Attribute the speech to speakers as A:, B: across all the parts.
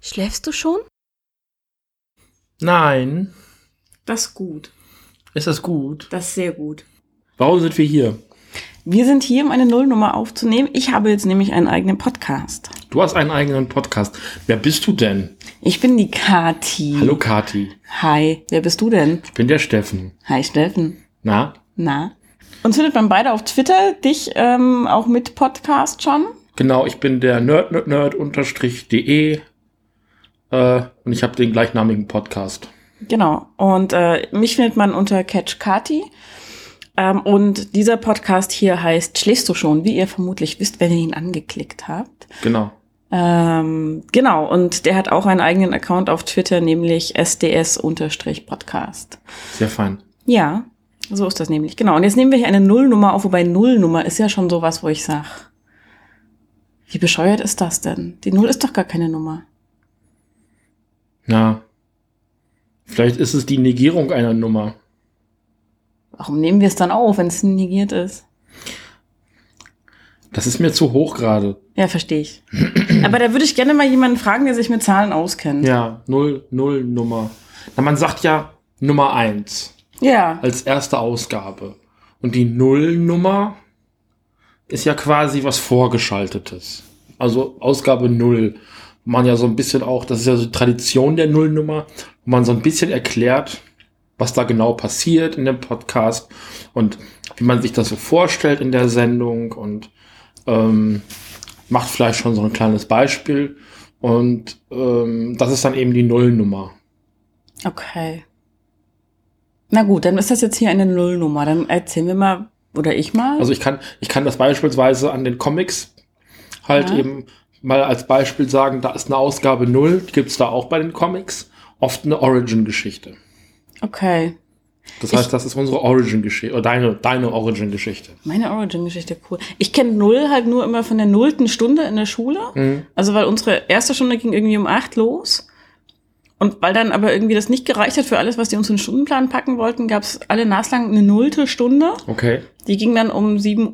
A: Schläfst du schon?
B: Nein.
C: Das ist gut.
B: Ist das gut?
C: Das ist sehr gut.
B: Warum sind wir hier?
C: Wir sind hier, um eine Nullnummer aufzunehmen. Ich habe jetzt nämlich einen eigenen Podcast.
B: Du hast einen eigenen Podcast. Wer bist du denn?
C: Ich bin die Kati.
B: Hallo Kati.
C: Hi, wer bist du denn?
B: Ich bin der Steffen.
C: Hi, Steffen.
B: Na?
C: Na? Uns findet man beide auf Twitter, dich ähm, auch mit Podcast schon.
B: Genau, ich bin der nerdnerdnerd-de E. äh, und ich habe den gleichnamigen Podcast.
C: Genau. Und äh, mich findet man unter Catch Kati. Ähm, und dieser Podcast hier heißt Schläfst du schon, wie ihr vermutlich wisst, wenn ihr ihn angeklickt habt.
B: Genau.
C: Ähm, genau, und der hat auch einen eigenen Account auf Twitter, nämlich sds-podcast.
B: Sehr fein.
C: Ja, so ist das nämlich. Genau, und jetzt nehmen wir hier eine Nullnummer auf, wobei Nullnummer ist ja schon sowas, wo ich sage, wie bescheuert ist das denn? Die Null ist doch gar keine Nummer.
B: Na. Vielleicht ist es die Negierung einer Nummer.
C: Warum nehmen wir es dann auf, wenn es negiert ist?
B: Das ist mir zu hoch gerade.
C: Ja, verstehe ich. Aber da würde ich gerne mal jemanden fragen, der sich mit Zahlen auskennt.
B: Ja, null, null Nummer. Na, man sagt ja Nummer eins
C: Ja,
B: als erste Ausgabe. Und die Null-Nummer ist ja quasi was Vorgeschaltetes. Also Ausgabe Null. Man ja so ein bisschen auch, das ist ja so die Tradition der Null-Nummer, wo man so ein bisschen erklärt, was da genau passiert in dem Podcast und wie man sich das so vorstellt in der Sendung und ähm, macht vielleicht schon so ein kleines Beispiel. Und ähm, das ist dann eben die Null-Nummer.
C: okay. Na gut, dann ist das jetzt hier eine Nullnummer. Dann erzählen wir mal, oder ich mal.
B: Also ich kann, ich kann das beispielsweise an den Comics halt
C: Ja.
B: eben mal als Beispiel sagen, da ist eine Ausgabe 0, die gibt's da auch bei den Comics, oft eine Origin-Geschichte.
C: okay.
B: Das
C: Ich-
B: heißt, das ist unsere Origin-Geschichte, oder deine, deine Origin-Geschichte.
C: Meine Origin-Geschichte, cool. Ich kenne Null halt nur immer von der nullten Stunde in der Schule.
B: Mhm.
C: Also weil unsere erste Stunde ging irgendwie um acht los. Und weil dann aber irgendwie das nicht gereicht hat für alles, was die uns in den Stundenplan packen wollten, gab es alle naslang eine nullte Stunde.
B: Okay,
C: Die ging dann um 7.05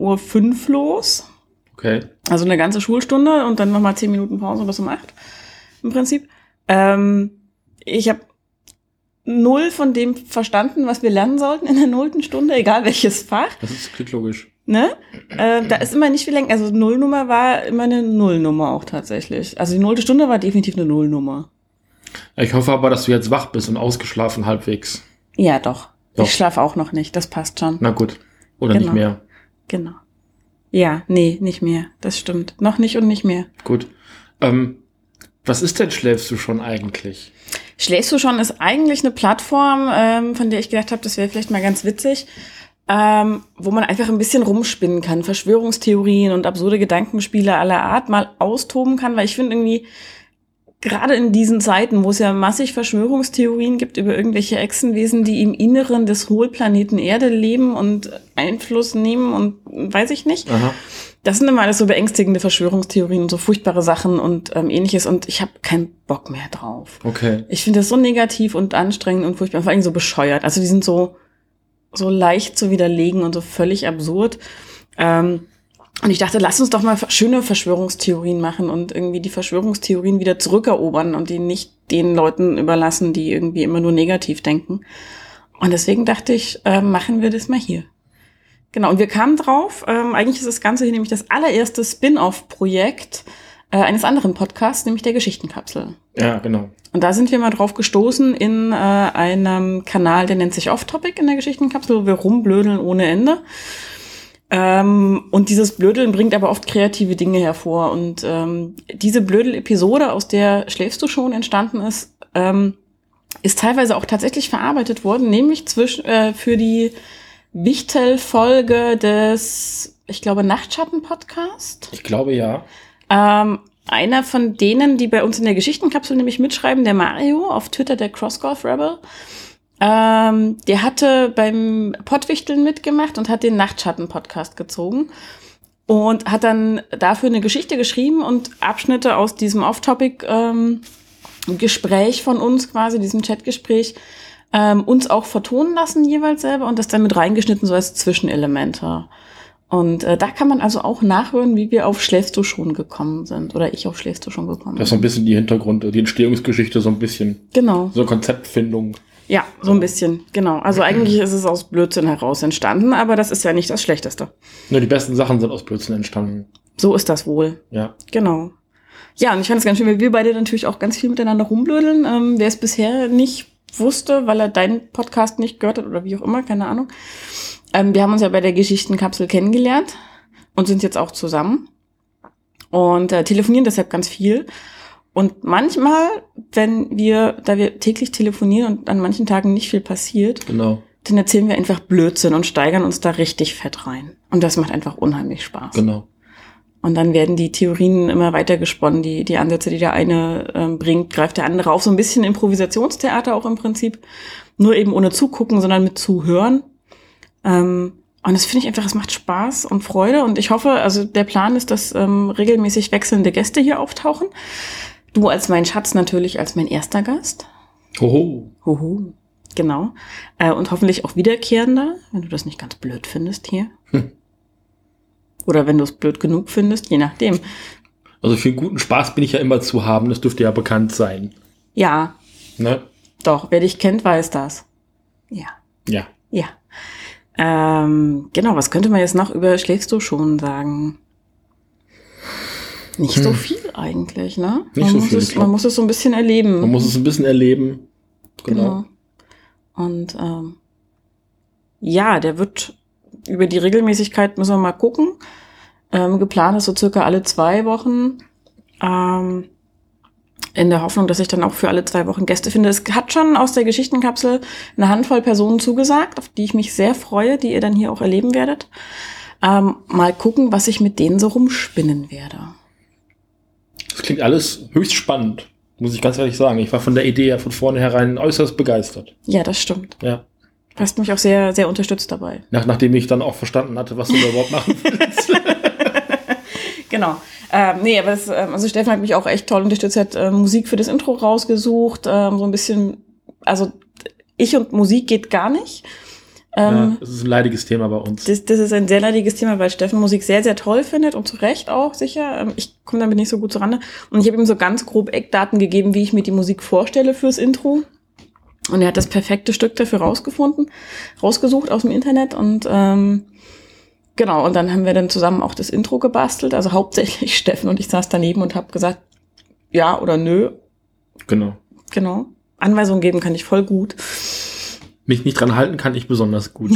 C: Uhr los.
B: okay.
C: Also eine ganze Schulstunde und dann nochmal zehn Minuten Pause bis um acht im Prinzip. Ähm, ich habe null von dem verstanden, was wir lernen sollten in der nullten Stunde, egal welches Fach.
B: Das ist klingt logisch.
C: Ne? Äh, da ist immer nicht viel länger. Also Nullnummer war immer eine Nullnummer auch tatsächlich. Also die nullte Stunde war definitiv eine Nullnummer.
B: Ich hoffe aber, dass du jetzt wach bist und ausgeschlafen halbwegs.
C: Ja, doch.
B: Doch. Ne?
C: Ich schlafe auch noch nicht, das passt schon.
B: Na gut. Oder
C: Genau.
B: nicht mehr.
C: Genau. Ja, nee, nicht mehr. Das stimmt. Noch nicht und nicht mehr.
B: Gut. Ähm, was ist denn schläfst du schon eigentlich?
C: Schläfst du schon ist eigentlich eine Plattform, ähm, von der ich gedacht habe, das wäre vielleicht mal ganz witzig, ähm, wo man einfach ein bisschen rumspinnen kann, Verschwörungstheorien und absurde Gedankenspiele aller Art mal austoben kann, weil ich finde irgendwie, gerade in diesen Zeiten, wo es ja massig Verschwörungstheorien gibt über irgendwelche Echsenwesen, die im Inneren des Hohlplaneten Erde leben und Einfluss nehmen und weiß ich nicht,
B: Aha.
C: das sind immer alles so beängstigende Verschwörungstheorien und so furchtbare Sachen und ähm, ähnliches und ich habe keinen Bock mehr drauf.
B: Okay.
C: Ich finde das so negativ und anstrengend und furchtbar, vor allem so bescheuert. Also die sind so, so leicht zu widerlegen und so völlig absurd. Ähm, und ich dachte, lass uns doch mal ver- schöne Verschwörungstheorien machen und irgendwie die Verschwörungstheorien wieder zurückerobern und die nicht den Leuten überlassen, die irgendwie immer nur negativ denken. Und deswegen dachte ich, äh, machen wir das mal hier. Genau, und wir kamen drauf, ähm, eigentlich ist das Ganze hier nämlich das allererste Spin-off-Projekt äh, eines anderen Podcasts, nämlich der Geschichtenkapsel.
B: Ja, genau.
C: Und da sind wir mal drauf gestoßen in äh, einem Kanal, der nennt sich Off-Topic in der Geschichtenkapsel, wo wir rumblödeln ohne Ende. Ähm, und dieses Blödeln bringt aber oft kreative Dinge hervor. Und ähm, diese Blödel-Episode, aus der Schläfst du schon entstanden ist, ähm, ist teilweise auch tatsächlich verarbeitet worden, nämlich zwischen, äh, für die Wichtel-Folge des, ich glaube, Nachtschatten-Podcast.
B: Ich glaube ja.
C: Ähm, einer von denen, die bei uns in der Geschichtenkapsel nämlich mitschreiben, der Mario auf Twitter, der Crossgolf Rebel, ähm, der hatte beim Pottwichteln mitgemacht und hat den Nachtschatten-Podcast gezogen und hat dann dafür eine Geschichte geschrieben und Abschnitte aus diesem Off-Topic ähm, Gespräch von uns quasi, diesem Chatgespräch, ähm, uns auch vertonen lassen jeweils selber und das dann mit reingeschnitten so als Zwischenelemente. Und äh, da kann man also auch nachhören, wie wir auf Schläfst du schon gekommen sind oder ich auf Schläfst du schon gekommen
B: Das ist so ein bisschen die Hintergrund, die Entstehungsgeschichte, so ein bisschen,
C: Genau.
B: so Konzeptfindung.
C: Ja, so ein bisschen. Genau. Also eigentlich ist es aus Blödsinn heraus entstanden, aber das ist ja nicht das Schlechteste.
B: Nur die besten Sachen sind aus Blödsinn entstanden.
C: So ist das wohl.
B: Ja.
C: Genau. Ja, und ich fand es ganz schön, weil wir beide natürlich auch ganz viel miteinander rumblödeln. Ähm, Wer es bisher nicht wusste, weil er deinen Podcast nicht gehört hat oder wie auch immer, keine Ahnung. Ähm, wir haben uns ja bei der Geschichtenkapsel kennengelernt und sind jetzt auch zusammen und äh, telefonieren deshalb ganz viel. Und manchmal, wenn wir, da wir täglich telefonieren und an manchen Tagen nicht viel passiert,
B: Genau,
C: dann erzählen wir einfach Blödsinn und steigern uns da richtig fett rein. Und das macht einfach unheimlich Spaß.
B: genau.
C: Und dann werden die Theorien immer weiter gesponnen, die, die Ansätze, die der eine ähm, bringt, greift der andere auf. So ein bisschen Improvisationstheater auch im Prinzip. Nur eben ohne zugucken, sondern mit zuhören. Ähm, und das finde ich einfach, es macht Spaß und Freude. Und ich hoffe, also der Plan ist, dass ähm, regelmäßig wechselnde Gäste hier auftauchen. Du als mein Schatz natürlich, als mein erster Gast.
B: Hoho.
C: Hoho, genau. Äh, und hoffentlich auch wiederkehrender, wenn du das nicht ganz blöd findest hier.
B: Hm.
C: Oder wenn du es blöd genug findest, je nachdem.
B: Also für guten Spaß bin ich ja immer zu haben, das dürfte ja bekannt sein.
C: Ja,
B: Ne?
C: doch, wer dich kennt, weiß das. Ja,
B: Ja.
C: ja. Ähm, genau, was könnte man jetzt noch über Schläfst du schon sagen? Nicht so
B: Hm.
C: viel eigentlich, ne?
B: Nicht
C: man
B: so
C: muss
B: viel, ich
C: Es,
B: glaub.
C: man muss es so ein bisschen erleben.
B: Man muss es ein bisschen erleben. Genau.
C: Genau. Und ähm, ja, der wird über die Regelmäßigkeit müssen wir mal gucken. Ähm, geplant ist so circa alle zwei Wochen. Ähm, in der Hoffnung, dass ich dann auch für alle zwei Wochen Gäste finde. Es hat schon aus der Geschichtenkapsel eine Handvoll Personen zugesagt, auf die ich mich sehr freue, die ihr dann hier auch erleben werdet. Ähm, mal gucken, was ich mit denen so rumspinnen werde.
B: Das klingt alles höchst spannend, muss ich ganz ehrlich sagen. Ich war von der Idee ja von vornherein äußerst begeistert.
C: Ja, das stimmt.
B: Ja.
C: Du hast mich auch sehr, sehr unterstützt dabei.
B: Nach, nachdem ich dann auch verstanden hatte, was du da überhaupt machen willst.
C: Genau. Ähm, nee, aber das, ähm, also Steffen hat mich auch echt toll unterstützt, Er hat ähm, Musik für das Intro rausgesucht, ähm, so ein bisschen, also ich und Musik geht gar nicht.
B: ja,
C: Ähm,
B: das ist ein leidiges Thema bei uns.
C: das, das ist ein sehr leidiges Thema, weil Steffen Musik sehr, sehr toll findet und zu Recht auch sicher. Ähm, Ich komme damit nicht so gut zurande. Und ich habe ihm so ganz grob Eckdaten gegeben, wie ich mir die Musik vorstelle fürs Intro. Und er hat das perfekte Stück dafür rausgefunden, rausgesucht aus dem Internet und ähm, genau, und dann haben wir dann zusammen auch das Intro gebastelt. Also hauptsächlich Steffen und ich saß daneben und habe gesagt, ja oder nö,
B: Genau.
C: genau. Anweisungen geben kann ich voll gut.
B: Mich nicht dran halten kann ich besonders gut.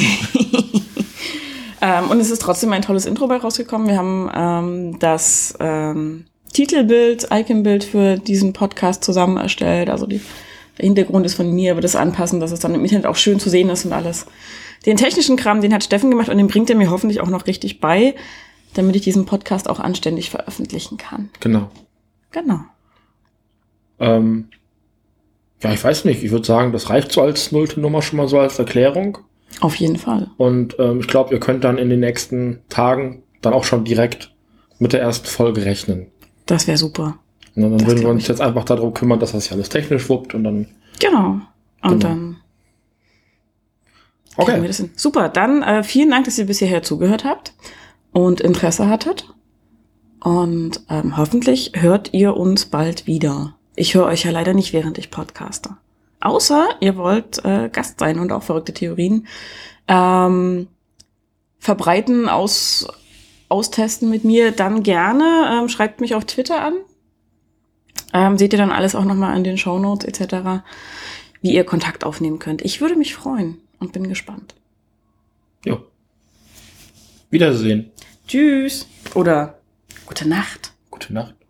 C: Ähm, und es ist trotzdem ein tolles Intro bei rausgekommen. Wir haben ähm, das ähm, Titelbild, Iconbild für diesen Podcast zusammen erstellt. Also die, der Hintergrund ist von mir, aber das Anpassen, dass es dann im Internet auch schön zu sehen ist und alles. Den technischen Kram, den hat Steffen gemacht und den bringt er mir hoffentlich auch noch richtig bei, damit ich diesen Podcast auch anständig veröffentlichen kann.
B: genau.
C: Genau.
B: Ähm, ja, ich weiß nicht. Ich würde sagen, das reicht so als nullte Nummer schon mal so als Erklärung.
C: Auf jeden Fall.
B: Und ähm, ich glaube, ihr könnt dann in den nächsten Tagen dann auch schon direkt mit der ersten Folge rechnen.
C: Das wäre super.
B: Und dann
C: Das
B: würden wir
C: glaub
B: uns
C: ich.
B: jetzt einfach darum kümmern, dass das ja alles technisch wuppt und dann.
C: Genau.
B: Genau.
C: Und dann kriegen wir
B: Okay.
C: das hin. Super, dann äh, vielen Dank, dass ihr bisher hier zugehört habt und Interesse hattet. Und ähm, hoffentlich hört ihr uns bald wieder. Ich höre euch ja leider nicht, während ich podcaste. Außer ihr wollt äh, Gast sein und auch verrückte Theorien ähm, verbreiten, aus, austesten mit mir, dann gerne. Ähm, schreibt mich auf Twitter an. Ähm, seht ihr dann alles auch nochmal in den Shownotes etc., wie ihr Kontakt aufnehmen könnt. Ich würde mich freuen und bin gespannt.
B: Jo. Wiedersehen.
C: Tschüss. Oder gute Nacht.
B: Gute Nacht.